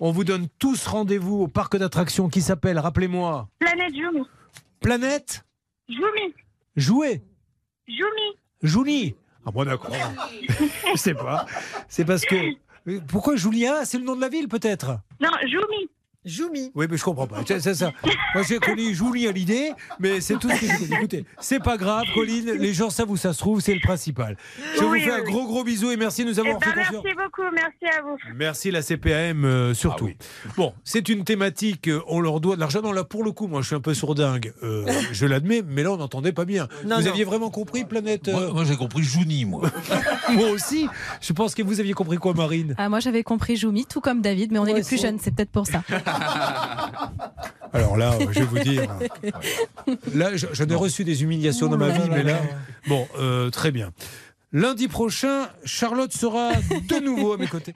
On vous donne tous rendez-vous au parc d'attractions qui s'appelle, rappelez-moi, Planète Jumi. Planète Jumi. Jouet Jumi. Jouni. Ah bon d'accord. Je sais pas. C'est parce que pourquoi Julien C'est le nom de la ville peut-être. Non, Jumi. Joumi. Oui, mais je comprends pas. C'est c'est ça. Moi, j'ai connu Julie à l'idée, mais c'est tout ce que j'ai connu. Écoutez, c'est pas grave, Colline. Les gens savent où ça se trouve, c'est le principal. Je vous Oui, fais un oui. gros, gros bisou et merci de nous Eh avoir ben, fait confiance. merci beaucoup, merci à vous. Merci la CPAM euh, surtout. Ah oui. Bon, c'est une thématique, euh, on leur doit de l'argent. Non, là pour le coup, moi je suis un peu sourdingue, euh, je l'admets, mais là on n'entendait pas bien. Non, vous non. aviez vraiment compris Planète euh, Moi, moi, j'ai compris Jouni, moi. Moi aussi, je pense que vous aviez compris quoi Marine Ah, moi j'avais compris Joumi, tout comme David, mais on est Moi les plus aussi. jeunes, c'est peut-être pour ça. Alors là, euh, je vais vous dire. Là, je- j'en ai reçu des humiliations dans ma vie, mais là. Bon, euh, très bien. Lundi prochain, Charlotte sera de nouveau à mes côtés.